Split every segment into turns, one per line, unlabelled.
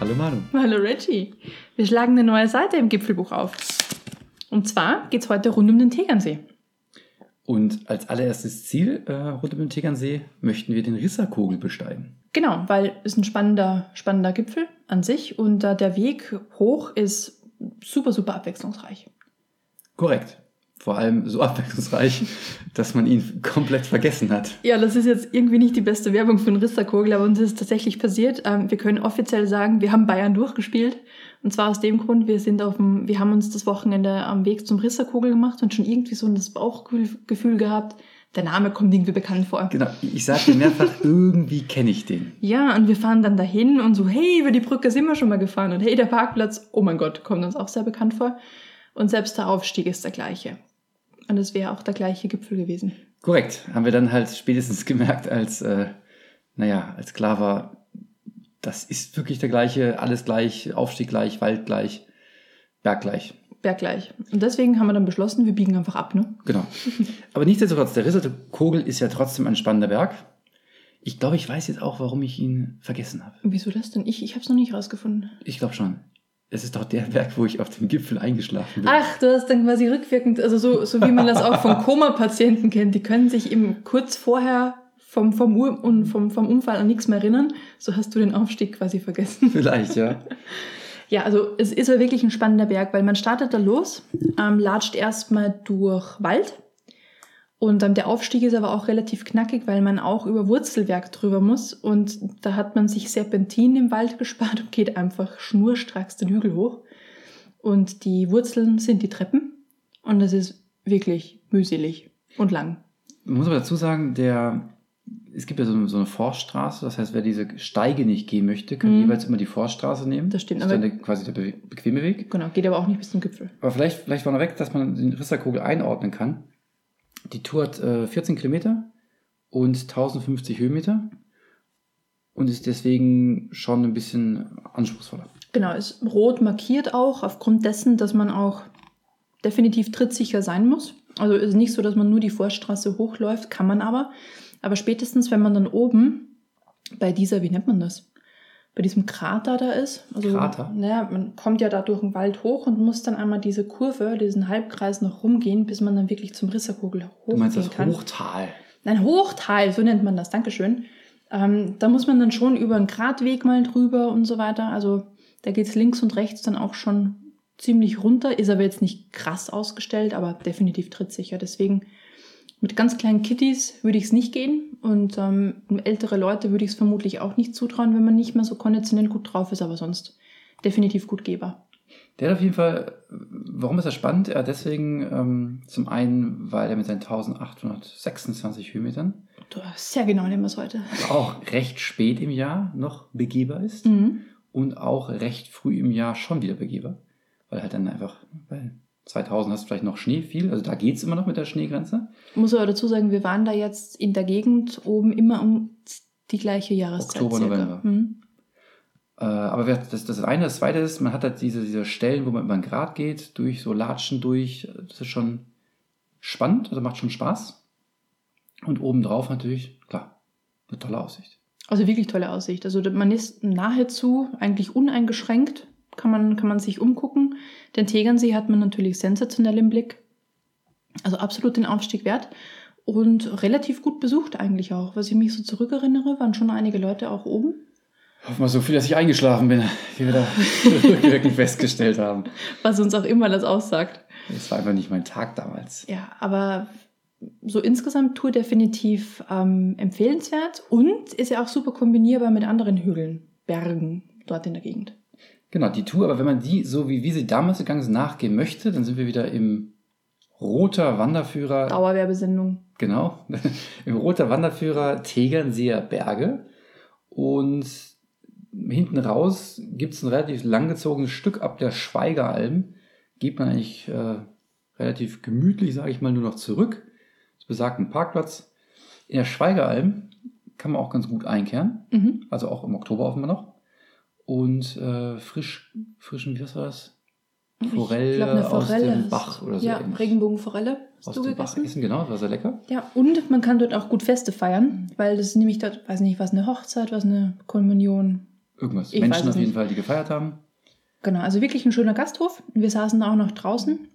Hallo Manu.
Hallo Reggie. Wir schlagen eine neue Seite im Gipfelbuch auf. Und zwar geht es heute rund um den Tegernsee.
Und als allererstes Ziel äh, rund um den Tegernsee möchten wir den Risserkogel besteigen.
Genau, weil es ein spannender, spannender Gipfel an sich und äh, der Weg hoch ist super, super abwechslungsreich.
Korrekt. Vor allem so abwechslungsreich, dass man ihn komplett vergessen hat.
Ja, das ist jetzt irgendwie nicht die beste Werbung für den Risserkogel, aber uns ist tatsächlich passiert. Ähm, wir können offiziell sagen, wir haben Bayern durchgespielt. Und zwar aus dem Grund, wir sind auf dem, wir haben uns das Wochenende am Weg zum Risserkogel gemacht und schon irgendwie so ein das Bauchgefühl gehabt. Der Name kommt irgendwie bekannt vor.
Genau, ich sagte mehrfach, irgendwie kenne ich den.
Ja, und wir fahren dann dahin und so, hey, über die Brücke sind wir schon mal gefahren. Und hey, der Parkplatz, oh mein Gott, kommt uns auch sehr bekannt vor. Und selbst der Aufstieg ist der gleiche. Und es wäre auch der gleiche Gipfel gewesen.
Korrekt, haben wir dann halt spätestens gemerkt, als, äh, naja, als klar war, das ist wirklich der gleiche, alles gleich, Aufstieg gleich, Wald gleich, Berg gleich.
Berggleich. Und deswegen haben wir dann beschlossen, wir biegen einfach ab, ne?
Genau. Aber nichtsdestotrotz, der Risserkogel ist ja trotzdem ein spannender Berg. Ich glaube, ich weiß jetzt auch, warum ich ihn vergessen habe.
Wieso das denn? Ich, ich habe es noch nicht rausgefunden.
Ich glaube schon. Es ist doch der Berg, wo ich auf dem Gipfel eingeschlafen bin.
Ach, du hast dann quasi rückwirkend, also so, so wie man das auch von Koma-Patienten kennt, die können sich eben kurz vorher vom, vom, Ur und vom, vom Unfall an nichts mehr erinnern. So hast du den Aufstieg quasi vergessen.
Vielleicht, ja.
Ja, also es ist ja wirklich ein spannender Berg, weil man startet da los, ähm, latscht erstmal durch Wald und ähm, der Aufstieg ist aber auch relativ knackig, weil man auch über Wurzelwerk drüber muss und da hat man sich Serpentinen im Wald gespart und geht einfach schnurstracks den Hügel hoch und die Wurzeln sind die Treppen und das ist wirklich mühselig und lang.
Man muss aber dazu sagen, der es gibt ja so eine, so eine Forststraße, das heißt, wer diese Steige nicht gehen möchte, kann
Mhm.
jeweils immer die Forststraße nehmen.
Das stimmt,
Das ist dann
aber-
der, quasi der be bequeme Weg.
Genau, geht aber auch nicht bis zum Gipfel.
Aber vielleicht, vielleicht war noch weg, dass man den Risserkogel einordnen kann. Die Tour hat äh, 14 Kilometer und 1050 Höhenmeter und ist deswegen schon ein bisschen anspruchsvoller.
Genau, ist rot markiert auch, aufgrund dessen, dass man auch definitiv trittsicher sein muss. Also ist nicht so, dass man nur die Vorstraße hochläuft, kann man aber. Aber spätestens, wenn man dann oben bei dieser, wie nennt man das? Bei diesem Krater da ist. Also,
Krater?
Naja, man kommt ja da durch den Wald hoch und muss dann einmal diese Kurve, diesen Halbkreis noch rumgehen, bis man dann wirklich zum Risserkogel
Du
hochgehen
meinst das
kann.
Hochtal?
Ein Hochtal, so nennt man das, Dankeschön. Ähm, da muss man dann schon über einen Gratweg mal drüber und so weiter. Also da geht's links und rechts dann auch schon ziemlich runter, ist aber jetzt nicht krass ausgestellt, aber definitiv trittsicher. Deswegen mit ganz kleinen Kitties würde ich es nicht gehen und ähm, ältere Leute würde ich es vermutlich auch nicht zutrauen, wenn man nicht mehr so konditionell gut drauf ist, aber sonst definitiv gut gehbar.
Der hat auf jeden Fall, warum ist er spannend? Ja, deswegen ähm, zum einen, weil er mit seinen 1826 Höhenmetern
Du, Sehr genau nehmen wir es heute.
auch recht spät im Jahr noch begehbar ist
Mhm.
und auch recht früh im Jahr schon wieder begehbar, weil halt dann einfach, weil 2000 hast du vielleicht noch Schnee viel, also da geht's immer noch mit der Schneegrenze.
Muss aber dazu sagen, wir waren da jetzt in der Gegend oben immer um die gleiche Jahreszeit.
Oktober,
circa.
November.
Mhm.
Äh, aber wer- das, das eine, das zweite ist, man hat halt diese, diese Stellen, wo man über den Grat geht, durch so Latschen durch, das ist schon spannend, also macht schon Spaß. Und obendrauf natürlich, klar, eine tolle Aussicht.
Also wirklich tolle Aussicht. Also man ist nahezu eigentlich uneingeschränkt, kann man, kann man sich umgucken. Den Tegernsee hat man natürlich sensationell im Blick. Also absolut den Aufstieg wert und relativ gut besucht eigentlich auch. Was ich mich so zurückerinnere, waren schon einige Leute auch oben.
Hoff mal so viel, dass ich eingeschlafen bin, wie wir da rückwirkend festgestellt haben.
Was uns auch immer das aussagt.
Es war einfach nicht mein Tag damals.
Ja, aber so insgesamt Tour definitiv ähm, empfehlenswert und ist ja auch super kombinierbar mit anderen Hügeln, Bergen dort in der Gegend.
Genau, die Tour, aber wenn man die, so wie wir sie damals gegangen sind, nachgehen möchte, dann sind wir wieder im Roter Wanderführer.
Dauerwerbesendung.
Genau. Im Roter Wanderführer Tegernseer Berge. Und hinten raus gibt es ein relativ langgezogenes Stück ab der Schweigeralm. Geht man eigentlich äh, relativ gemütlich, sage ich mal, nur noch zurück zu besagten Parkplatz. In der Schweigeralm kann man auch ganz gut einkehren.
Mhm.
Also auch im Oktober offenbar noch. Und äh, frisch, frischen, wie was war das? Forelle
Ich glaub, eine
aus
Forelle
dem
hast-
Bach oder so
Ja,
ähnlich.
Regenbogenforelle hast
Aus
du
dem Bach
gegessen.
essen, genau, das war sehr lecker.
Ja, und man Mhm. kann dort auch gut Feste feiern, weil das ist nämlich dort, weiß nicht, was eine Hochzeit, was eine Kommunion,
Irgendwas.
Ich weiß
Menschen auf
es
jeden
nicht.
Fall, die gefeiert haben.
Genau, also wirklich ein schöner Gasthof. Wir saßen da auch noch draußen,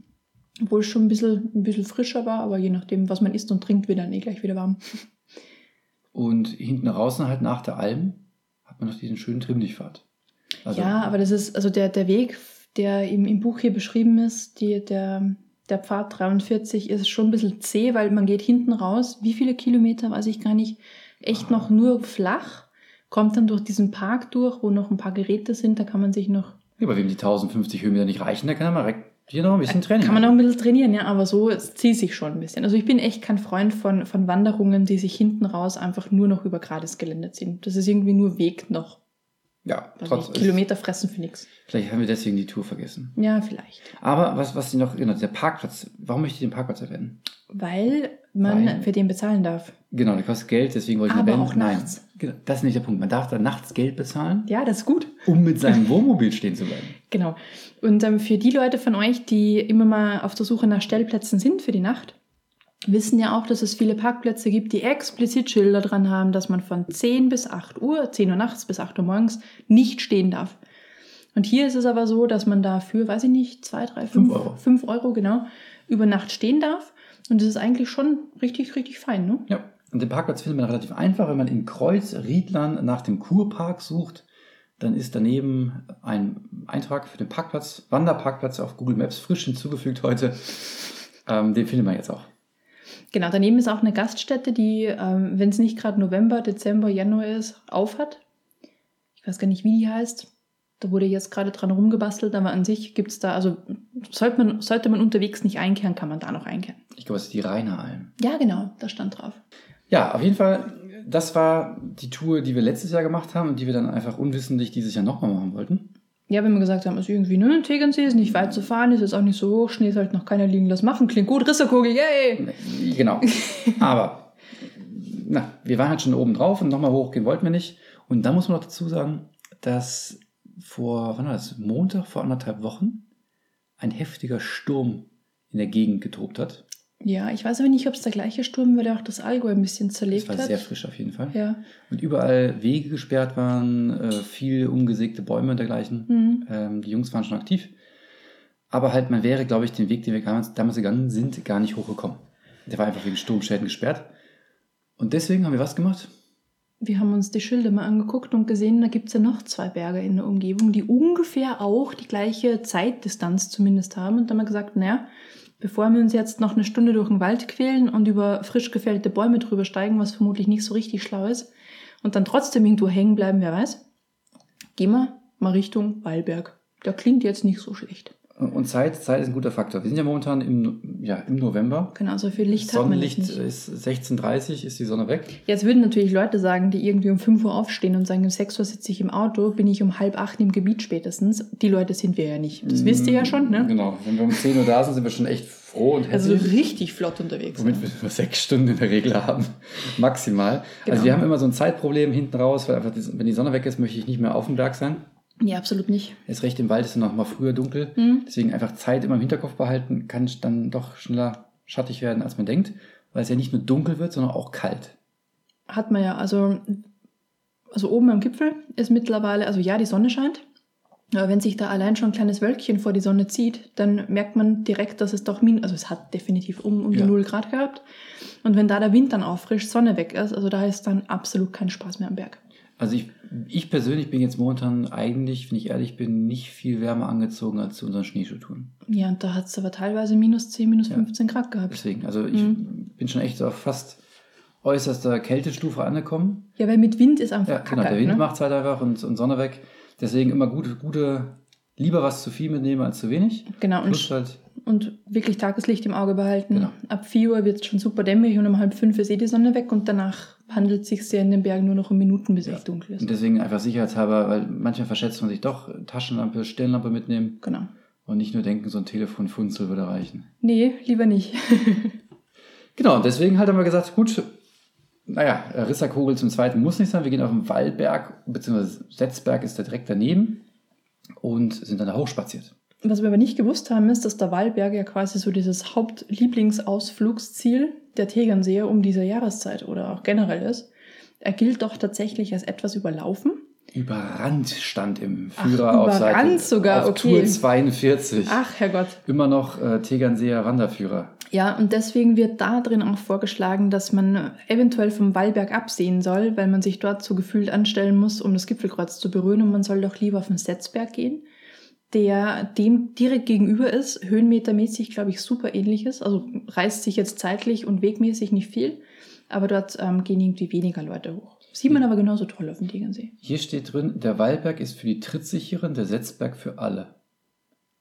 obwohl es schon ein bisschen, ein bisschen frischer war, aber je nachdem, was man isst und trinkt, wird dann eh gleich wieder warm.
Und hinten raus, halt nach der Alm, hat man noch diesen schönen Trimmlichtpfad. Also,
ja, aber das ist, also der, der Weg, der im, im Buch hier beschrieben ist, die, der, der Pfad 43 ist schon ein bisschen zäh, weil man geht hinten raus, wie viele Kilometer, weiß ich gar nicht, echt
Ah.
noch nur flach, kommt dann durch diesen Park durch, wo noch ein paar Geräte sind, da kann man sich noch
ja, bei wem die 1050 Höhenmeter nicht reichen, da kann man direkt hier noch ein bisschen Training.
Äh, Kann man auch
machen.
ein bisschen trainieren, ja, aber so es zieht sich schon ein bisschen. Also ich bin echt kein Freund von, von Wanderungen, die sich hinten raus einfach nur noch über gerades Gelände ziehen. Das ist irgendwie nur Weg noch.
ja,
Weiß
trotz
nicht, Kilometer fressen für nichts.
Vielleicht haben wir deswegen die Tour vergessen.
Ja, vielleicht.
Aber was, was die noch, genau, der Parkplatz. Warum möchte ich den Parkplatz erwähnen?
Weil man
Weil-
für den bezahlen darf.
Genau, der kostet Geld, deswegen wollte ich
Aber
ihn erwähnen.
auch nachts.
Nein, genau, das ist nicht der Punkt. Man darf da nachts Geld bezahlen,
Ja, das ist gut.
um mit seinem Wohnmobil stehen zu bleiben.
Genau. Und ähm, für die Leute von euch, die immer mal auf der Suche nach Stellplätzen sind für die Nacht, wissen ja auch, dass es viele Parkplätze gibt, die explizit Schilder dran haben, dass man von 10 bis 8 Uhr, 10 Uhr nachts bis 8 Uhr morgens nicht stehen darf. Und hier ist es aber so, dass man dafür, weiß ich nicht, 2, 3, 5,
Fünf Euro.
5 Euro, genau, über Nacht stehen darf. Und das ist eigentlich schon richtig, richtig fein, ne?
Ja, und den Parkplatz findet man relativ einfach. Wenn man in Kreuz Riedlern nach dem Kurpark sucht, dann ist daneben ein Eintrag für den Parkplatz, Wanderparkplatz auf Google Maps frisch hinzugefügt heute. Ähm, den findet man jetzt auch.
Genau, daneben ist auch eine Gaststätte, die, ähm, wenn es nicht gerade November, Dezember, Januar ist, auf hat. Ich weiß gar nicht, wie die heißt. Da wurde jetzt gerade dran rumgebastelt, aber an sich gibt es da, also sollte man, sollte man unterwegs nicht einkehren, kann man da noch einkehren.
Ich glaube, es ist die Rainer Alm.
Ja, genau, da stand drauf.
Ja, auf jeden Fall, das war die Tour, die wir letztes Jahr gemacht haben und die wir dann einfach unwissentlich dieses Jahr nochmal machen wollten.
Ja, wenn wir gesagt haben, ist irgendwie, ne, Tegernsee ist nicht weit zu fahren, ist jetzt auch nicht so hoch, Schnee sollte noch keiner liegen lassen machen, klingt gut, Risserkugel, yay!
Nee, Genau. Aber na, wir waren halt schon oben drauf und nochmal hochgehen wollten wir nicht. Und da muss man noch dazu sagen, dass vor, wann war das? Montag, vor anderthalb Wochen, ein heftiger Sturm in der Gegend getobt hat.
Ja, ich weiß aber nicht, ob es der gleiche Sturm war, der auch das Allgäu ein bisschen
Es
zerlegt
war
hat.
sehr frisch auf jeden Fall.
ja.
Und überall Wege gesperrt waren, äh, viel umgesägte Bäume und dergleichen.
Hm.
Ähm, die Jungs waren schon aktiv. Aber halt, man wäre, glaube ich, den Weg, den wir damals, damals gegangen sind, gar nicht hochgekommen. Der war einfach wegen Sturmschäden gesperrt. Und deswegen haben wir was gemacht?
Wir haben uns die Schilder mal angeguckt und gesehen, da gibt es ja noch zwei Berge in der Umgebung, die ungefähr auch die gleiche Zeitdistanz zumindest haben. Und dann haben wir gesagt, naja, bevor wir uns jetzt noch eine Stunde durch den Wald quälen und über frisch gefällte Bäume drüber steigen, was vermutlich nicht so richtig schlau ist, und dann trotzdem irgendwo hängen bleiben, wer weiß, gehen wir mal Richtung Wallberg. Der klingt jetzt nicht so schlecht.
Und Zeit, Zeit ist ein guter Faktor. Wir sind ja momentan im, No- ja, im November.
Genau, so viel Licht hat man
Sonnenlicht
jetzt nicht.
ist 16.30 Uhr, ist die Sonne weg.
Jetzt würden natürlich Leute sagen, die irgendwie um 5 Uhr aufstehen und sagen, um 6 Uhr sitze ich im Auto, bin ich um halb acht im Gebiet spätestens. Die Leute sind wir ja nicht. Das wisst ihr ja schon, ne?
Mhm. Genau. Wenn wir um 10 Uhr da sind, sind wir schon echt froh und
Also
happy.
richtig flott unterwegs.
Womit wir nur sechs Stunden in der Regel haben. Maximal.
Genau.
Also wir haben immer so ein Zeitproblem hinten raus, weil einfach, die- wenn die Sonne weg ist, möchte ich nicht mehr auf dem Berg sein.
Nee, absolut nicht.
Erst recht im Wald ist es noch mal früher dunkel.
Hm.
Deswegen einfach Zeit immer im Hinterkopf behalten, kann dann doch schneller schattig werden, als man denkt, weil es ja nicht nur dunkel wird, sondern auch kalt.
Hat man ja, also, also oben am Gipfel ist mittlerweile, also ja, die Sonne scheint. Aber wenn sich da allein schon ein kleines Wölkchen vor die Sonne zieht, dann merkt man direkt, dass es doch min, also es hat definitiv um, um die
Ja.
0 Grad gehabt. Und wenn da der Wind dann auffrischt, Sonne weg ist, also da ist dann absolut kein Spaß mehr am Berg.
Also ich, ich persönlich bin jetzt momentan eigentlich, wenn ich ehrlich bin, nicht viel wärmer angezogen als zu unseren Schneeschuhtouren.
Ja, und da hat es aber teilweise minus 10, minus
Ja.
15 Grad gehabt.
Deswegen, also ich
Mhm.
bin schon echt auf fast äußerster Kältestufe angekommen.
Ja, weil mit Wind ist einfach
Ja,
kacke.
genau, der Wind
ne?
macht's halt einfach und, und Sonne weg. Deswegen immer gute, gute, lieber was zu viel mitnehmen als zu wenig.
Genau, und,
Plus halt,
und wirklich Tageslicht im Auge behalten.
Genau.
Ab 4 Uhr wird es schon super dämmerig und um halb 5 ist eh die Sonne weg und danach handelt es sich sehr in den Bergen nur noch um Minuten, bis
Ja.
es dunkel ist.
und deswegen einfach sicherheitshalber, weil manchmal verschätzt man sich doch, Taschenlampe, Stirnlampe mitnehmen
Genau.
und nicht nur denken, so ein Telefon Funzel würde reichen.
Nee, lieber nicht.
Genau, und deswegen halt haben wir gesagt, gut, naja, Risserkogel zum Zweiten muss nicht sein. Wir gehen auf den Wallberg, beziehungsweise Setzberg ist da direkt daneben und sind dann da hochspaziert.
Was wir aber nicht gewusst haben, ist, dass der Wallberg ja quasi so dieses Hauptlieblingsausflugsziel der Tegernseher um diese Jahreszeit oder auch generell ist. Er gilt doch tatsächlich als etwas überlaufen.
überrannt stand im
Ach,
Führer auf Seite.
überrannt sogar,
auf
okay.
Tour 42.
Ach, Herrgott.
Immer noch äh, Tegernseer Wanderführer.
Ja, und deswegen wird da drin auch vorgeschlagen, dass man eventuell vom Wallberg absehen soll, weil man sich dort so gefühlt anstellen muss, um das Gipfelkreuz zu berühren und man soll doch lieber auf den Setzberg gehen, der dem direkt gegenüber ist, höhenmetermäßig, glaube ich, super ähnlich ist. Also reißt sich jetzt zeitlich und wegmäßig nicht viel, aber dort ähm, gehen irgendwie weniger Leute hoch. Sieht man aber genauso toll auf dem Tegernsee.
Hier steht drin, der Wallberg ist für die Trittsicheren, der Setzberg für alle.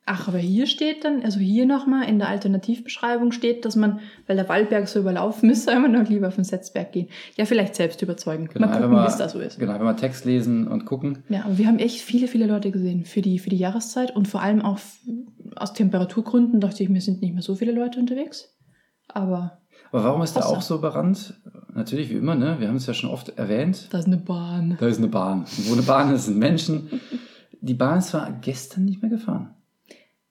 Ach, aber hier steht dann, also hier nochmal in der Alternativbeschreibung steht, dass man, weil der Waldberg so überlaufen ist, soll man doch lieber auf den Setzberg gehen. Ja, vielleicht selbst überzeugen.
Genau,
mal
einfach
gucken,
mal-
wie es da so ist.
Genau, wenn wir Text lesen und gucken.
Ja, aber wir haben echt viele, viele Leute gesehen für die, für die Jahreszeit und vor allem auch f- aus Temperaturgründen dachte ich, mir sind nicht mehr so viele Leute unterwegs. Aber
Aber warum ist der
Wasser.
auch so überrannt? Natürlich wie immer, ne? Wir haben es ja schon oft erwähnt.
da ist eine Bahn.
Da ist eine Bahn. Und wo eine Bahn ist, sind Menschen. Die Bahn ist zwar gestern nicht mehr gefahren.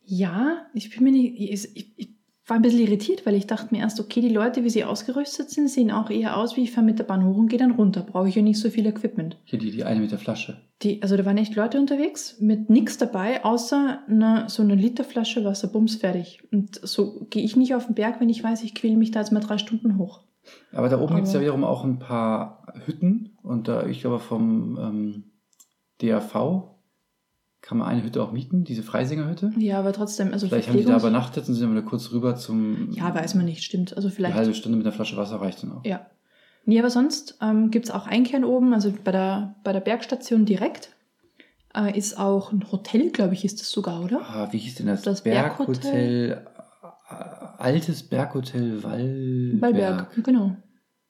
Ja, ich bin mir nicht, ich, ich, ich war ein bisschen irritiert, weil ich dachte mir erst, okay, die Leute, wie sie ausgerüstet sind, sehen auch eher aus, wie ich fahre mit der Bahn hoch und gehe dann runter. Brauche ich ja nicht so viel Equipment.
Hier die, die eine mit der Flasche.
Die, also da waren echt Leute unterwegs mit nichts dabei, außer einer, so einer Literflasche Wasser, bums, fertig. Und so gehe ich nicht auf den Berg, wenn ich weiß, ich quäle mich da jetzt mal drei Stunden hoch.
Aber da oben gibt es ja
Aber-
wiederum auch ein paar Hütten. Und da, ich glaube, vom ähm, DAV kann man eine Hütte auch mieten, diese Freisingerhütte.
Ja, aber trotzdem, also
Vielleicht haben die da
Verpflegungs-
übernachtet und sind dann wieder kurz rüber zum.
Ja, weiß man nicht, stimmt. Also
Eine
vielleicht.
halbe Stunde mit einer Flasche Wasser reicht dann auch.
Ja. Nee, aber sonst ähm, gibt es auch Einkehren oben, also bei der, bei der Bergstation direkt. Äh, ist auch ein Hotel, glaube ich, ist das sogar, oder?
Ah, wie hieß denn das?
Das
Berghotel. äh, Altes Berghotel Wallberg.
Ballberg, genau.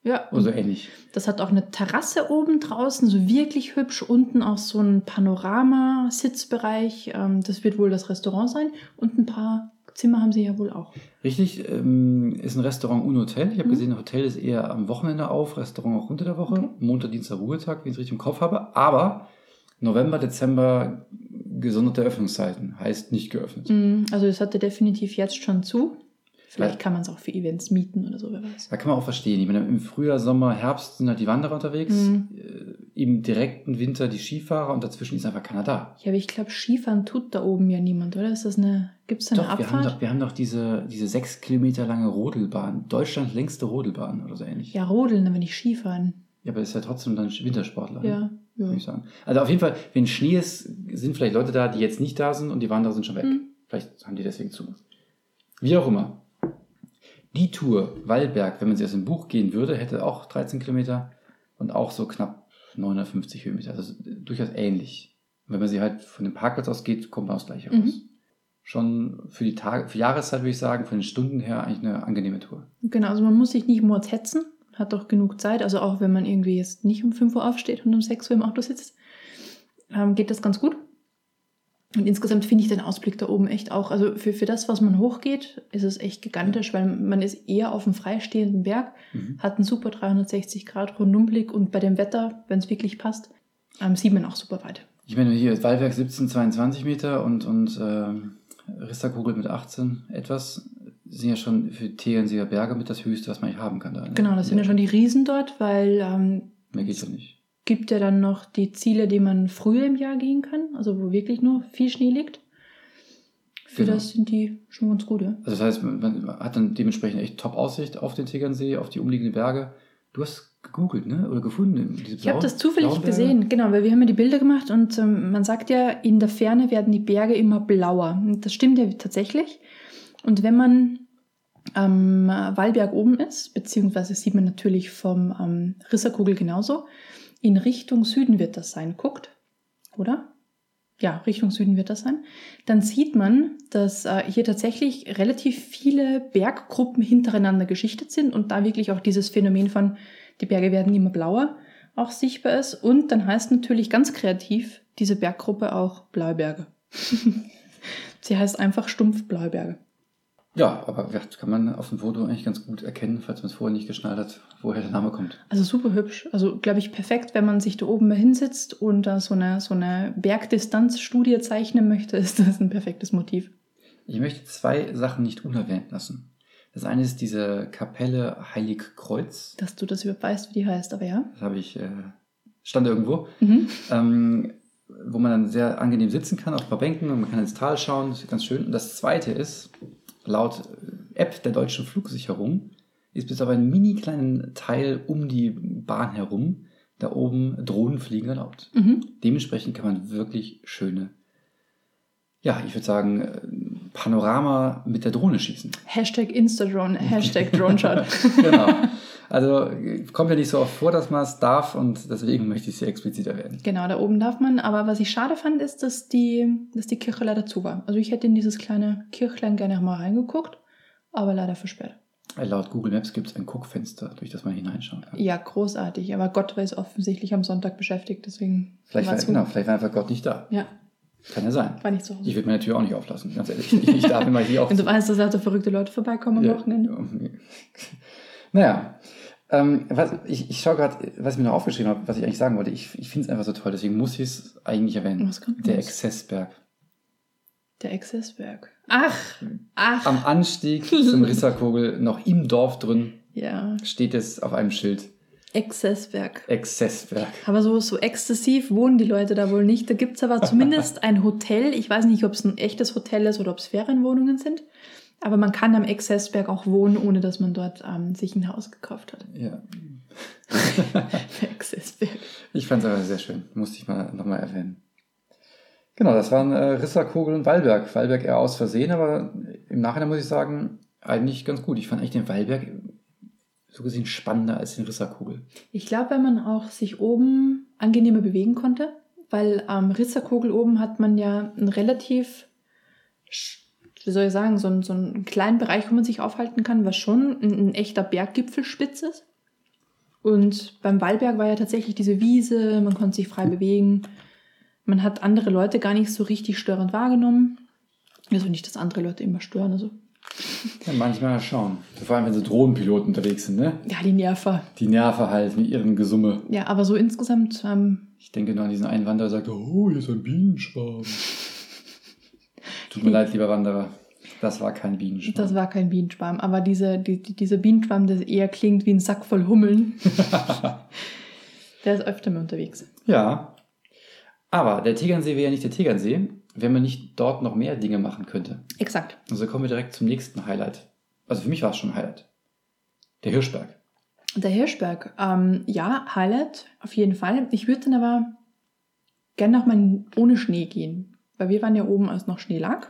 Ja,
Oder so ähnlich.
Das hat auch eine Terrasse oben draußen, so wirklich hübsch. Unten auch so ein Panorama-Sitzbereich. Ähm, das wird wohl das Restaurant sein. Und ein paar Zimmer haben sie ja wohl auch.
Richtig, ähm, ist ein Restaurant und Hotel. Ich habe
Mhm.
gesehen, Hotel ist eher am Wochenende auf, Restaurant auch unter der Woche.
Okay.
Montag, Dienstag, Ruhetag, wenn ich es richtig im Kopf habe. Aber November, Dezember gesonderte Öffnungszeiten. Heißt nicht geöffnet.
Mm, Also das hatte definitiv jetzt schon zu. Vielleicht kann man es auch für Events mieten oder so, wer weiß.
Da kann man auch verstehen. Ich meine, im Frühjahr, Sommer, Herbst sind halt die Wanderer unterwegs. Äh, Im direkten Winter die Skifahrer und dazwischen ist einfach keiner da.
Ja, aber ich glaube, Skifahren tut da oben ja niemand, oder? Ist das eine, gibt es da eine
Doch, wir haben
Abfahrt?
doch, wir haben doch diese, diese sechs Kilometer lange Rodelbahn. Deutschlands längste Rodelbahn oder so ähnlich.
ja, Rodeln, aber nicht Skifahren.
Ja, aber ist ja trotzdem dann Wintersportler. ne?
Ja, ja.
würde ich sagen. Also auf jeden Fall, wenn Schnee ist, sind vielleicht Leute da, die jetzt nicht da sind und die Wanderer sind schon weg.
Mhm.
Vielleicht haben die deswegen zu. Wie auch immer. Die Tour Wallberg, wenn man sie aus dem Buch gehen würde, hätte auch 13 Kilometer und auch so knapp 950 Höhenmeter. Also durchaus ähnlich. Wenn man sie halt von dem Parkplatz aus geht, kommt man aus gleich raus.
Mhm.
Schon für die Tage, für Jahreszeit würde ich sagen, von den Stunden her eigentlich eine angenehme Tour.
Genau, also man muss sich nicht mords hetzen, hat doch genug Zeit, also auch wenn man irgendwie jetzt nicht um 5 Uhr aufsteht und um 6 Uhr im Auto sitzt, ähm, geht das ganz gut. Und insgesamt finde ich den Ausblick da oben echt auch, also für, für das, was man hochgeht, ist es echt gigantisch, weil man ist eher auf dem freistehenden Berg,
Mhm.
hat einen super 360 Grad Rundumblick und bei dem Wetter, wenn es wirklich passt, ähm, sieht man auch super weit.
Ich meine, hier ist Wallberg 17, 22 Meter und, und ähm, Risserkugel mit 18 etwas sind ja schon für Tegernseer Berge mit das Höchste, was man hier haben kann. Da, ne?
Genau, das sind ja schon die Riesen dort, weil ähm,
Mehr geht's doch nicht.
gibt ja dann noch die Ziele, die man früher im Jahr gehen kann, also wo wirklich nur viel Schnee liegt. Für
Genau.
das sind die schon ganz gut, ja.
Also das heißt, man, man hat dann dementsprechend echt Top-Aussicht auf den Tegernsee, auf die umliegenden Berge. Du hast gegoogelt, ne? Oder gefunden. Diese
Ich habe
blauen-
das zufällig
blauen Berge?
gesehen, genau, weil wir haben ja die Bilder gemacht und ähm, man sagt ja, in der Ferne werden die Berge immer blauer. Und das stimmt ja tatsächlich. Und wenn man am äh, Wallberg oben ist, beziehungsweise sieht man natürlich vom ähm, Risserkugel genauso, in Richtung Süden wird das sein, guckt, oder? Ja, Richtung Süden wird das sein. Dann sieht man, dass äh, hier tatsächlich relativ viele Berggruppen hintereinander geschichtet sind und da wirklich auch dieses Phänomen von die Berge werden immer blauer auch sichtbar ist. Und dann heißt natürlich ganz kreativ diese Berggruppe auch Blauberge. Sie heißt einfach stumpf Blauberge.
Ja, aber ja, das kann man auf dem Foto eigentlich ganz gut erkennen, falls man es vorher nicht geschnallt hat, woher der Name kommt.
Also super hübsch. Also glaube ich perfekt, wenn man sich da oben mal hinsetzt und da so eine, so eine Bergdistanzstudie zeichnen möchte, ist das ein perfektes Motiv.
Ich möchte zwei Sachen nicht unerwähnt lassen. Das eine ist diese Kapelle Heilig Kreuz.
Dass du das überhaupt weißt, wie die heißt, aber ja.
Das habe ich äh, stand irgendwo,
Mhm.
ähm, wo man dann sehr angenehm sitzen kann, auf ein paar Bänken und man kann ins Tal schauen, das ist ganz schön. Und das zweite ist, laut äh, App der deutschen Flugsicherung ist bis auf einen mini kleinen Teil um die Bahn herum da oben Drohnenfliegen erlaubt.
Mhm.
Dementsprechend kann man wirklich schöne, ja, ich würde sagen, äh, Panorama mit der Drohne schießen.
Hashtag Instadrone, Hashtag DroneShot.
genau. Also äh, kommt ja nicht so oft vor, dass man es darf und deswegen möchte ich es hier explizit erwähnen.
genau, da oben darf man. Aber was ich schade fand, ist, dass die, dass die Kirche leider zu war. Also ich hätte in dieses kleine Kirchlein gerne mal reingeguckt, aber leider versperrt.
Äh, Laut Google Maps gibt es ein Guckfenster, durch das man hineinschauen kann.
Ja, großartig. Aber Gott war es offensichtlich am Sonntag beschäftigt, deswegen
Vielleicht war,
zu.
genau, vielleicht war einfach Gott nicht da.
Ja,
Kann ja sein.
war nicht zu
Ich
Hause.
würde meine Tür auch nicht auflassen, ganz ehrlich. Ich darf immer hier auch.
Wenn du weißt, dass da verrückte Leute vorbeikommen am
Ja.
Wochenende.
Naja. Ähm, was, ich, ich schaue gerade, was ich mir noch aufgeschrieben habe, was ich eigentlich sagen wollte. Ich, ich finde es einfach so toll, deswegen muss ich es eigentlich erwähnen.
Was kommt
Der
denn jetzt?
Exzessberg.
Der Exzessberg. Ach, ach.
Hm. Am Anstieg zum Risserkogel, noch im Dorf drin,
ja,
steht es auf einem Schild.
Exzessberg.
Exzessberg.
Aber so, so exzessiv wohnen die Leute da wohl nicht. Da gibt es aber zumindest ein Hotel. Ich weiß nicht, ob es ein echtes Hotel ist oder ob es Ferienwohnungen sind. Aber man kann am Exzessberg auch wohnen, ohne dass man dort ähm, sich ein Haus gekauft hat.
Ja.
Der Exzessberg.
Ich fand es aber sehr schön. Musste ich mal nochmal erwähnen. Genau, das waren äh, Risser, Kogel und Wallberg. Wallberg eher aus Versehen, aber im Nachhinein muss ich sagen, eigentlich ganz gut. Ich fand eigentlich den Wallberg so gesehen spannender als den Risserkogel.
Ich glaube, wenn man auch sich oben angenehmer bewegen konnte, weil am Risserkogel oben hat man ja einen relativ, sch- wie soll ich sagen, so einen, so einen kleinen Bereich, wo man sich aufhalten kann, was schon ein, ein echter Berggipfelspitz ist. Und beim Wallberg war ja tatsächlich diese Wiese, man konnte sich frei bewegen. Man hat andere Leute gar nicht so richtig störend wahrgenommen. Also nicht, dass andere Leute immer stören. Also,
Ja, manchmal schauen. Vor allem, wenn so Drohnenpiloten unterwegs sind, ne?
ja, die Nerver.
Die Nerven halt mit ihrem Gesumme.
Ja, aber so insgesamt ähm,
Ich denke nur an diesen einen Wanderer, der sagt, oh, hier ist ein Bienenschwarm. Tut mir leid, lieber Wanderer. Das war kein Bienenschwarm.
Das war kein Bienenschwarm, aber diese, die, die, dieser Bienenschwarm, der eher klingt wie ein Sack voll Hummeln, der ist öfter mal unterwegs.
Ja. Aber der Tegernsee wäre ja nicht der Tegernsee, wenn man nicht dort noch mehr Dinge machen könnte.
Exakt.
Und so kommen wir direkt zum nächsten Highlight. Also für mich war es schon ein Highlight. Der Hirschberg.
Der Hirschberg, ähm, ja, Highlight, auf jeden Fall. Ich würde dann aber gerne nochmal ohne Schnee gehen, weil wir waren ja oben, als noch Schnee lag.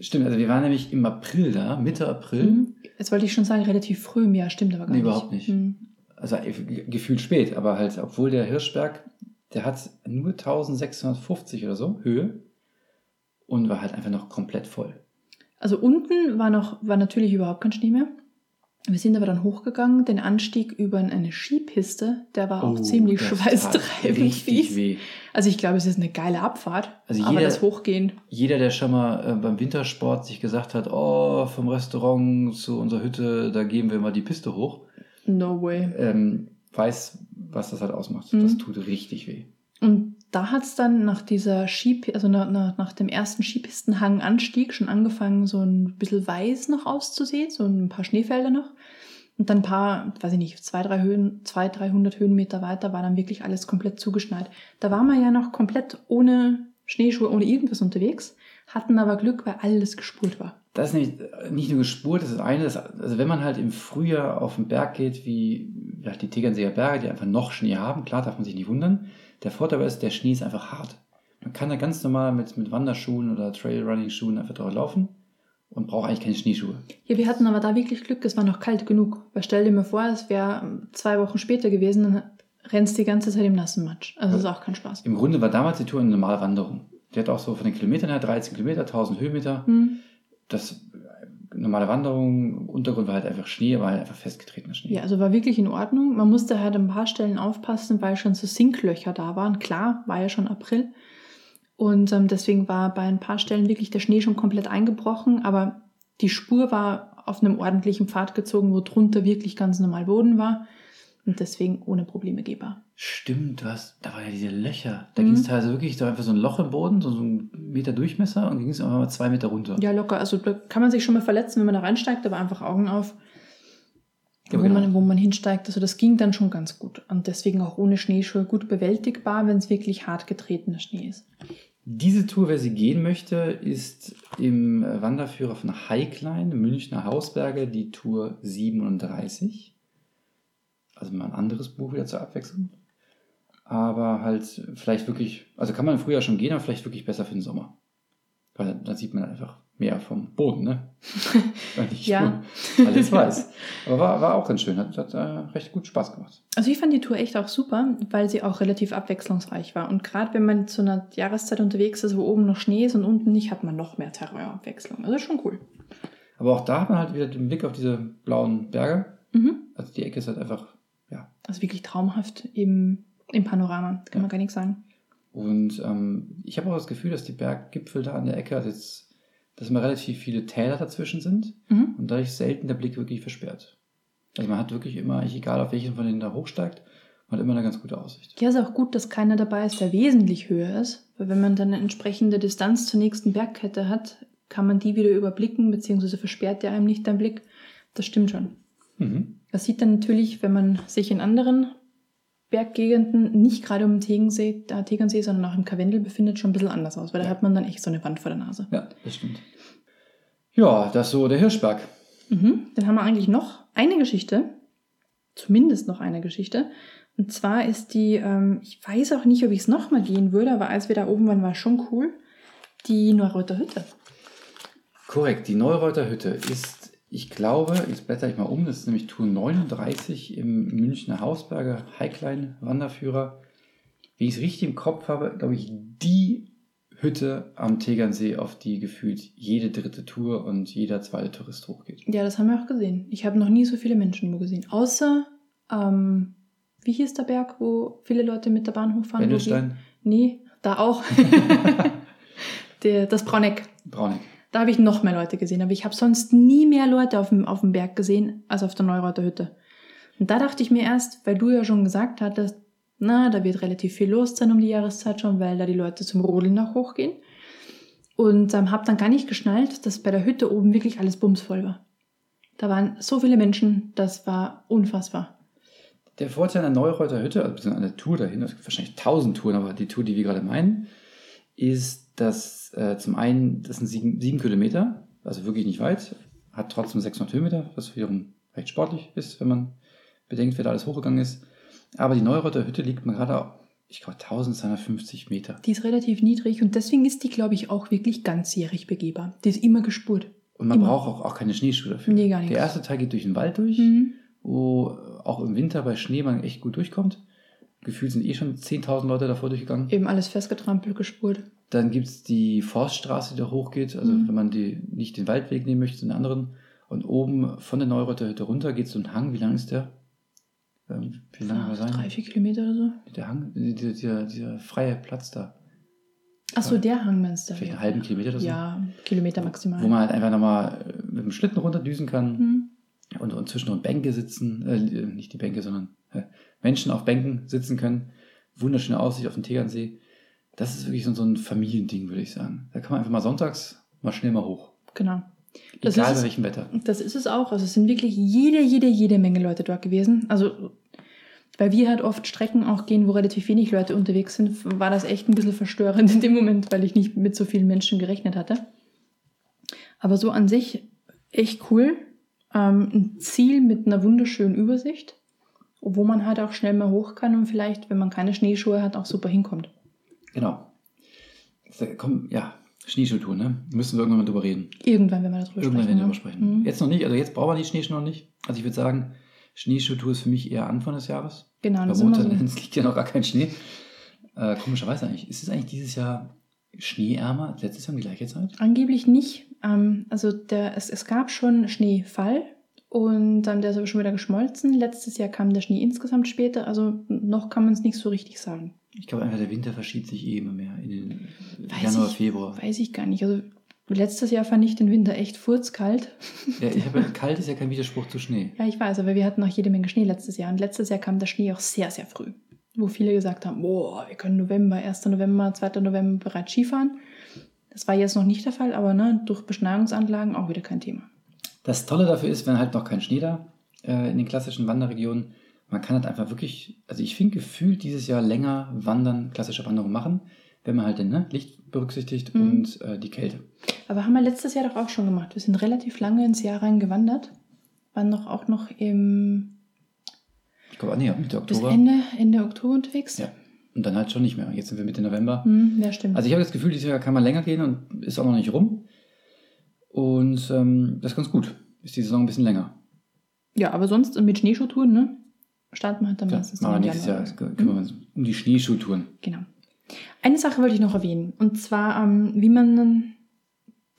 Stimmt, also wir waren nämlich im April da, Mitte April.
Mhm. Jetzt wollte ich schon sagen, relativ früh im Jahr, stimmt aber
Hm?
gar
Nee,
nicht.
überhaupt nicht.
Mhm.
Also äh, ge- gefühlt spät, aber halt, obwohl der Hirschberg, der hat nur 1650 oder so Höhe und war halt einfach noch komplett voll.
Also unten war, noch, war natürlich überhaupt kein Schnee mehr. Wir sind aber dann hochgegangen, den Anstieg über eine Skipiste, der war auch
Oh,
ziemlich
das tat
schweißtreibend
Richtig
fies.
weh.
Also ich glaube, es ist eine geile Abfahrt,
Also
aber
jeder-
das Hochgehen,
jeder, der schon mal äh, beim Wintersport sich gesagt hat, oh, vom Restaurant zu unserer Hütte, da gehen wir mal die Piste hoch,
no way.
ähm, weiß, was das halt ausmacht.
Mhm.
Das tut richtig weh.
Und da hat es dann nach dieser Skip, also nach, nach, nach dem ersten Skipistenhang-Anstieg schon angefangen, so ein bisschen weiß noch auszusehen, so ein paar Schneefelder noch. Und dann ein paar, weiß ich nicht, zwei, drei Höhen, zwei, 300 Höhenmeter weiter war dann wirklich alles komplett zugeschneit. Da waren wir ja noch komplett ohne Schneeschuhe, ohne irgendwas unterwegs, hatten aber Glück, weil alles gespurt war.
Das ist nämlich äh, nicht nur gespurt, das ist eine, das, also wenn man halt im Frühjahr auf den Berg geht, wie ja, die Tegernseer Berge, die einfach noch Schnee haben, klar darf man sich nicht wundern. Der Vorteil ist, der Schnee ist einfach hart. Man kann da ganz normal mit, mit Wanderschuhen oder Trailrunning-Schuhen einfach drauf laufen und braucht eigentlich keine Schneeschuhe.
Ja, wir hatten aber da wirklich Glück, es war noch kalt genug. Weil stell dir mal vor, es wäre ähm, zwei Wochen später gewesen, dann rennst die ganze Zeit im nassen Matsch. Also das ist auch kein Spaß.
Im Grunde war damals die Tour eine normale Wanderung. Die hat auch so von den Kilometern her 13 Kilometer, 1000 Höhenmeter.
Hm.
Das äh, normale Wanderung, im Untergrund war halt einfach Schnee, war halt einfach festgetretener Schnee.
Ja, also war wirklich in Ordnung. Man musste halt an ein paar Stellen aufpassen, weil schon so Sinklöcher da waren. Klar, war ja schon April. Und ähm, deswegen war bei ein paar Stellen wirklich der Schnee schon komplett eingebrochen, aber die Spur war auf einem ordentlichen Pfad gezogen, wo drunter wirklich ganz normal Boden war und deswegen ohne Probleme gehbar.
Stimmt, du hast, da waren ja diese Löcher. Da
Mhm.
ging es teilweise wirklich so einfach so ein Loch im Boden, so, so ein Meter Durchmesser und ging es einfach mal zwei Meter runter.
Ja, locker. Also da kann man sich schon mal verletzen, wenn man da reinsteigt, aber einfach Augen auf.
Ja,
wo,
genau.
man, wo man hinsteigt. Also das ging dann schon ganz gut. Und deswegen auch ohne Schneeschuhe gut bewältigbar, wenn es wirklich hart getretener Schnee ist.
Diese Tour, wer sie gehen möchte, ist im äh, Wanderführer von Heiklein, Münchner Hausberge, die Tour 37. Also mal ein anderes Buch wieder zur Abwechslung. Aber halt vielleicht wirklich, also kann man im Frühjahr schon gehen, aber vielleicht wirklich besser für den Sommer. Weil da sieht man einfach mehr vom Boden, ne? Weil ich
Ja.
alles weiß. Aber war, war auch ganz schön, hat, hat äh, recht gut Spaß gemacht.
Also ich fand die Tour echt auch super, weil sie auch relativ abwechslungsreich war. Und gerade wenn man zu einer Jahreszeit unterwegs ist, wo oben noch Schnee ist und unten nicht, hat man noch mehr Terrorabwechslung. Also schon cool.
Aber auch da hat man halt wieder den Blick auf diese blauen Berge.
Mhm.
Also die Ecke ist halt einfach
Also wirklich traumhaft im, im Panorama,
Ja.
kann man gar nichts sagen.
Und ähm, ich habe auch das Gefühl, dass die Berggipfel da an der Ecke, also jetzt, dass immer relativ viele Täler dazwischen sind
Mhm.
und dadurch selten der Blick wirklich versperrt. Also man hat wirklich immer, eigentlich egal auf welchen von denen da hochsteigt, man hat immer eine ganz gute Aussicht.
Ja, ist auch gut, dass keiner dabei ist, der wesentlich höher ist. Weil wenn man dann eine entsprechende Distanz zur nächsten Bergkette hat, kann man die wieder überblicken, beziehungsweise versperrt der einem nicht den Blick. Das stimmt schon.
Mhm.
Das sieht dann natürlich, wenn man sich in anderen Berggegenden, nicht gerade um den Tegernsee, äh, Tegernsee, sondern auch im Karwendel befindet, schon ein bisschen anders aus, weil da
Ja.
hat man dann echt so eine Wand vor der Nase.
Ja, das stimmt. Ja, das ist so der Hirschberg.
Mhm. Dann haben wir eigentlich noch eine Geschichte, zumindest noch eine Geschichte. Und zwar ist die, ähm, ich weiß auch nicht, ob ich es nochmal gehen würde, aber als wir da oben waren, war es schon cool, die Neureuter Hütte.
Korrekt, die Neureuther Hütte ist, ich glaube, jetzt blätter ich mal um, das ist nämlich Tour 39 im Münchner Hausberger Heiklein Wanderführer. Wie ich es richtig im Kopf habe, glaube ich, die Hütte am Tegernsee, auf die gefühlt jede dritte Tour und jeder zweite Tourist hochgeht.
Ja, das haben wir auch gesehen. Ich habe noch nie so viele Menschen wo gesehen. Außer, ähm, wie hieß der Berg, wo viele Leute mit der Bahn hochfahren? wo die-
Wendelstein,
Nee, da auch. Der, das Brauneck.
Brauneck.
Da habe ich noch mehr Leute gesehen, aber ich habe sonst nie mehr Leute auf dem, auf dem Berg gesehen als auf der Neureuther Hütte. Und da dachte ich mir erst, weil du ja schon gesagt hattest, na, da wird relativ viel los sein um die Jahreszeit schon, weil da die Leute zum Rodeln noch hochgehen. Und ähm, habe dann gar nicht geschnallt, dass bei der Hütte oben wirklich alles bumsvoll war. Da waren so viele Menschen, das war unfassbar.
Der Vorteil an der Neureuther Hütte, also beziehungsweise an der Tour dahin, es gibt wahrscheinlich tausend Touren, aber die Tour, die wir gerade meinen, ist, dass äh, zum einen, das sind sieben, sieben Kilometer, also wirklich nicht weit, hat trotzdem 600 Höhenmeter, was wiederum recht sportlich ist, wenn man bedenkt, wer da alles hochgegangen ist. Aber die Neureuther Hütte liegt mal gerade, auf, ich glaube, 1250 Meter.
Die ist relativ niedrig und deswegen ist die, glaube ich, auch wirklich ganzjährig begehbar. Die ist immer gespurt.
Und man
Immer.
braucht auch, auch keine Schneeschuhe dafür.
Nee, gar nichts. Mhm.
Der erste Teil geht durch den Wald durch. wo auch im Winter bei Schnee man echt gut durchkommt. Gefühlt sind eh schon 10.000 Leute davor durchgegangen.
Eben alles festgetrampelt, gespurt.
Dann gibt es die Forststraße, die da hochgeht. Also
Mhm.
wenn man die, nicht den Waldweg nehmen möchte, sondern einen anderen. Und oben von der Neureuther Hütte runter geht so ein Hang. Wie lang ist der? Ähm, wie lang
Ah,
soll er sein?
drei, vier Kilometer oder so.
Der Hang, äh, dieser, dieser, dieser freie Platz da.
Achso,
Ja.
der Hang meinst du?
Vielleicht einen halben Kilometer oder so.
Ja, Kilometer maximal.
Wo man halt einfach nochmal mit dem Schlitten runterdüsen kann.
Hm.
und, und zwischen den Bänke sitzen, äh, nicht die Bänke, sondern äh, Menschen auf Bänken sitzen können. Wunderschöne Aussicht auf den Tegernsee. Das ist wirklich so, so ein Familiending, würde ich sagen. Da kann man einfach mal sonntags mal schnell mal hoch.
Genau. Das
Egal
ist-
bei welchem Wetter.
Das ist es auch. Also es sind wirklich jede, jede, jede Menge Leute dort gewesen. Also weil wir halt oft Strecken auch gehen, wo relativ wenig Leute unterwegs sind, war das echt ein bisschen verstörend in dem Moment, weil ich nicht mit so vielen Menschen gerechnet hatte. Aber so an sich echt cool. Ähm, ein Ziel mit einer wunderschönen Übersicht, wo man halt auch schnell mal hoch kann und vielleicht, wenn man keine Schneeschuhe hat, auch super hinkommt.
Genau. Da kommen, ja, Schneeschuhtouren, ne? Müssen wir irgendwann mal drüber reden.
Irgendwann, wenn wir darüber
Irgendwann werden
sprechen.
wir
ja.
darüber sprechen.
Mhm.
Jetzt noch nicht, also jetzt brauchen wir die Schneeschuhe noch nicht. Also ich würde sagen, Schneeschuhtour ist für mich eher Anfang des Jahres.
Genau,
Bei
das ist immer so.
Montanens liegt ja noch gar kein Schnee. Äh, komischerweise eigentlich. Ist es eigentlich dieses Jahr schneeärmer? als Letztes Jahr um die gleiche Zeit?
Angeblich nicht. Ähm, also der, es, es gab schon Schneefall und ähm, der ist aber schon wieder geschmolzen. Letztes Jahr kam der Schnee insgesamt später, also noch kann man es nicht so richtig sagen.
Ich glaube einfach, der Winter verschiebt sich eh immer mehr in den
Weiß
Januar,
ich-
Februar.
Weiß ich gar nicht. Also letztes Jahr fand ich den Winter echt furzkalt.
Ja, ich habe, kalt ist ja kein Widerspruch zu Schnee.
Ja, ich weiß, aber wir hatten auch jede Menge Schnee letztes Jahr. Und letztes Jahr kam der Schnee auch sehr, sehr früh. Wo viele gesagt haben, boah, wir können November, 1. November, 2. November bereits Skifahren. Das war jetzt noch nicht der Fall, aber ne, durch Beschneiungsanlagen auch wieder kein Thema.
Das Tolle dafür ist, wenn halt noch kein Schnee da, äh, in den klassischen Wanderregionen. Man kann halt einfach wirklich, also ich finde gefühlt dieses Jahr länger wandern, klassische Wanderung machen, wenn man halt den ne, Licht berücksichtigt
Mhm.
und äh, die Kälte.
Aber haben wir letztes Jahr doch auch schon gemacht. Wir sind relativ lange ins Jahr rein gewandert. Waren doch auch noch im,
Ich glaube, ah, nee, ab Mitte
bis
Oktober.
Ende, Ende Oktober unterwegs.
Ja. Und dann halt schon nicht mehr. Jetzt sind wir Mitte November.
Hm, ja, stimmt.
Also ich habe das Gefühl, dieses Jahr kann man länger gehen und ist auch noch nicht rum. Und ähm, das ist ganz gut. Ist die Saison ein bisschen länger.
ja, aber sonst mit Schneeschuhtouren, ne? Starten wir halt dann
Ja,
meistens
machen wir
im
nächstes Jahr
Januar.
kümmern wir uns um die Schneeschuhtouren.
Genau. Eine Sache wollte ich noch erwähnen. Und zwar, ähm, wie man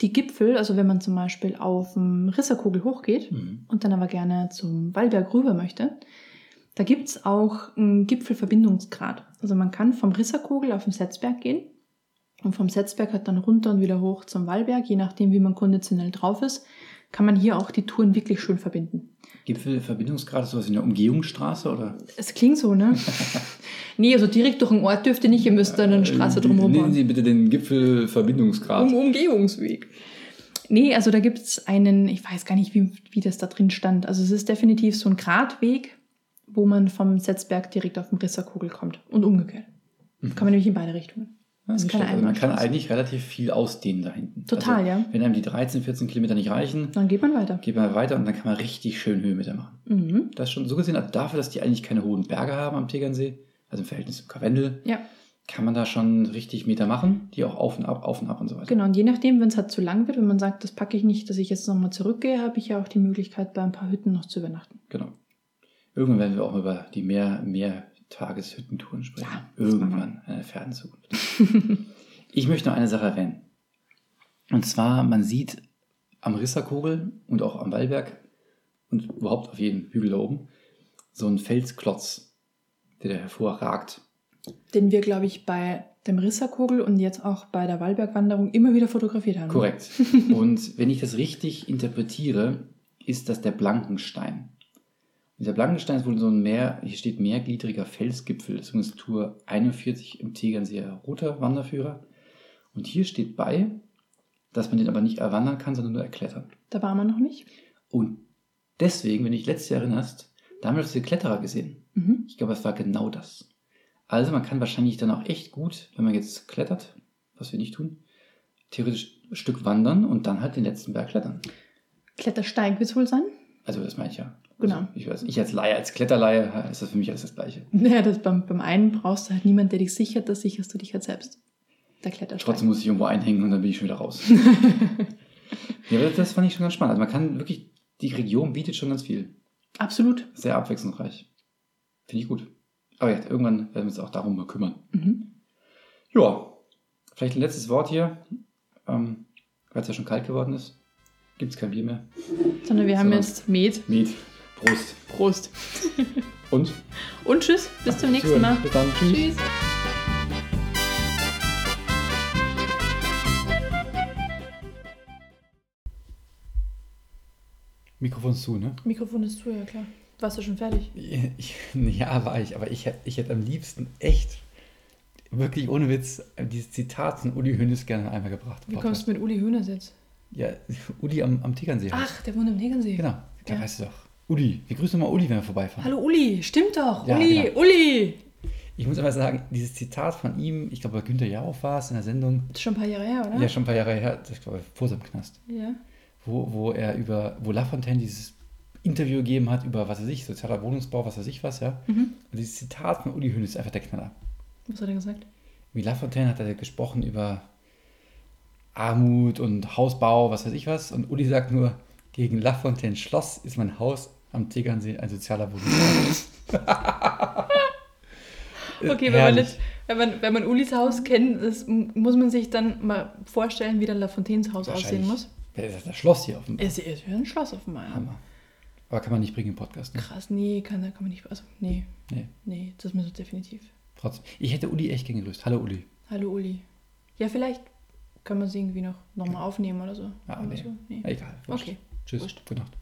die Gipfel, also wenn man zum Beispiel auf dem Risserkogel hochgeht
Mhm.
und dann aber gerne zum Wallberg rüber möchte, da gibt es auch einen Gipfelverbindungsgrad. Also man kann vom Risserkogel auf den Setzberg gehen und vom Setzberg halt dann runter und wieder hoch zum Wallberg, je nachdem, wie man konditionell drauf ist, kann man hier auch die Touren wirklich schön verbinden.
Gipfelverbindungsgrad ist sowas in der Umgehungsstraße oder?
Es klingt so, ne? nee, also direkt durch den Ort dürft ihr nicht, ihr müsst dann eine
Äh,
Straße drumherum
Nennen
bauen.
Sie bitte den Gipfelverbindungsgrad.
Um Umgehungsweg. Nee, also da gibt es einen, ich weiß gar nicht, wie, wie das da drin stand. Also es ist definitiv so ein Gradweg, wo man vom Setzberg direkt auf den Risserkugel kommt. Und umgekehrt.
Mhm.
Kann man nämlich in beide Richtungen.
Ja,
Das
nicht
kann
schlecht. also man kann
Einbahnstraße.
eigentlich relativ viel ausdehnen da hinten. Also
Total, ja.
Wenn einem die 13, 14 Kilometer nicht reichen,
Dann geht man weiter.
geht man weiter und dann kann man richtig schön Höhenmeter machen.
Mhm.
Das ist schon so gesehen, also dafür, dass die eigentlich keine hohen Berge haben am Tegernsee, also im Verhältnis zum Karwendel,
Ja,
kann man da schon richtig Meter machen, die auch auf und ab, auf und ab und so weiter.
genau. Und je nachdem, wenn es halt zu lang wird, wenn man sagt, das packe ich nicht, dass ich jetzt nochmal zurückgehe, habe ich ja auch die Möglichkeit, bei ein paar Hütten noch zu übernachten.
Genau. Irgendwann werden wir auch über die mehr, mehr Tageshüttentouren sprechen.
Ja, das machen
Irgendwann in der fernen Zukunft. ich möchte noch eine Sache erwähnen. Und zwar, man sieht am Risserkogel und auch am Wallberg und überhaupt auf jedem Hügel da oben so einen Felsklotz, der da hervorragt.
den wir, glaube ich, bei dem Risserkogel und jetzt auch bei der Wallbergwanderung immer wieder fotografiert haben.
Korrekt. Und wenn ich das richtig interpretiere, ist das der Blankenstein. Und dieser Blankenstein ist wohl so ein mehr, hier steht mehrgliedriger Felsgipfel, das ist übrigens Tour 41 im Tegernseer Roter Wanderführer. Und hier steht bei, dass man den aber nicht erwandern kann, sondern nur erklettern.
Da waren wir noch nicht.
Und deswegen, wenn du dich letztes Jahr erinnerst, da haben wir diese Kletterer gesehen.
Mhm.
Ich glaube, es war genau das. Also man kann wahrscheinlich dann auch echt gut, wenn man jetzt klettert, was wir nicht tun, theoretisch ein Stück wandern und dann halt den letzten Berg klettern.
Klettersteig wird es wohl sein.
Also das meine ich ja.
Genau.
Also ich, weiß, ich als Laie, als Kletterlaie äh, ist das für mich alles das Gleiche.
Ja, das beim, beim einen brauchst du halt niemanden, der dich sichert, das sicherst du dich halt selbst. Der Klettersteig.
Trotzdem muss ich irgendwo einhängen und dann bin ich schon wieder raus. ja, aber das fand ich schon ganz spannend. Also man kann wirklich, die Region bietet schon ganz viel.
Absolut.
Sehr abwechslungsreich. Finde ich gut. Aber jetzt, irgendwann werden wir uns auch darum mal kümmern.
Mhm.
Ja, vielleicht ein letztes Wort hier, ähm, weil es ja schon kalt geworden ist. Gibt es kein Bier mehr.
Sondern wir haben
So.
jetzt Met.
Miet. Prost.
Prost.
Und?
Und tschüss. Bis zum nächsten
Zuhören.
Mal.
Bis dann. Tschüss.
Tschüss.
Mikrofon ist zu, ne?
Mikrofon ist zu, ja klar. Warst du schon fertig?
Ich, ja, war ich, aber ich, hätt- ich hätte am liebsten echt, wirklich ohne Witz, dieses Zitat von Uli Hoeneß gerne einmal gebracht.
Wie kommst du mit Uli Höhners jetzt?
Ja, Uli am, am Tegernsee. heißt.
Ach, der wohnt am Tegernsee.
Genau, da
Ja.
heißt es doch. Uli, wir grüßen mal Uli, wenn wir vorbeifahren.
Hallo Uli, stimmt doch.
Ja,
Uli,
genau.
Uli.
Ich muss aber sagen, dieses Zitat von ihm, ich glaube, bei Günther Jauch war es in der Sendung,
Das ist schon ein paar Jahre her, oder?
ja, schon ein paar Jahre her, das war vor seinem Knast,
ja.
wo, wo er über, wo Lafontaine dieses Interview gegeben hat über, was weiß ich, sozialer Wohnungsbau, was weiß ich was, ja.
Mhm.
Und dieses Zitat von Uli Hoeneß ist einfach der Knaller.
Was hat er
Äh,
gesagt?
Wie Lafontaine hat er gesprochen über Armut und Hausbau, was weiß ich was. Und Uli sagt nur, gegen Lafontaine Schloss ist mein Haus am Tegernsee ein sozialer Wohnungsbau. Äh,
Okay, wenn man,
Herrlich.
jetzt, wenn, man, wenn man Ulis Haus kennt, das m- muss man sich dann mal vorstellen, wie dann Lafontaines Haus aussehen
Wahrscheinlich.
muss.
Das ist das Schloss hier auf dem
Es ist ja ein Schloss offenbar. ja.
Hammer. Aber kann man nicht bringen im Podcast. Ne?
Krass, nee, kann, kann man nicht. Also, nee,
Nee,
nee, das müssen wir definitiv.
trotzdem. Ich hätte Uli echt gern gegrüßt. Hallo Uli.
Hallo Uli. Ja, vielleicht kann man es irgendwie noch nochmal aufnehmen oder so.
Ah,
Aber
nee.
so, nee.
Egal. Wurscht.
Okay,
Tschüss.
wurscht.
Gute Nacht.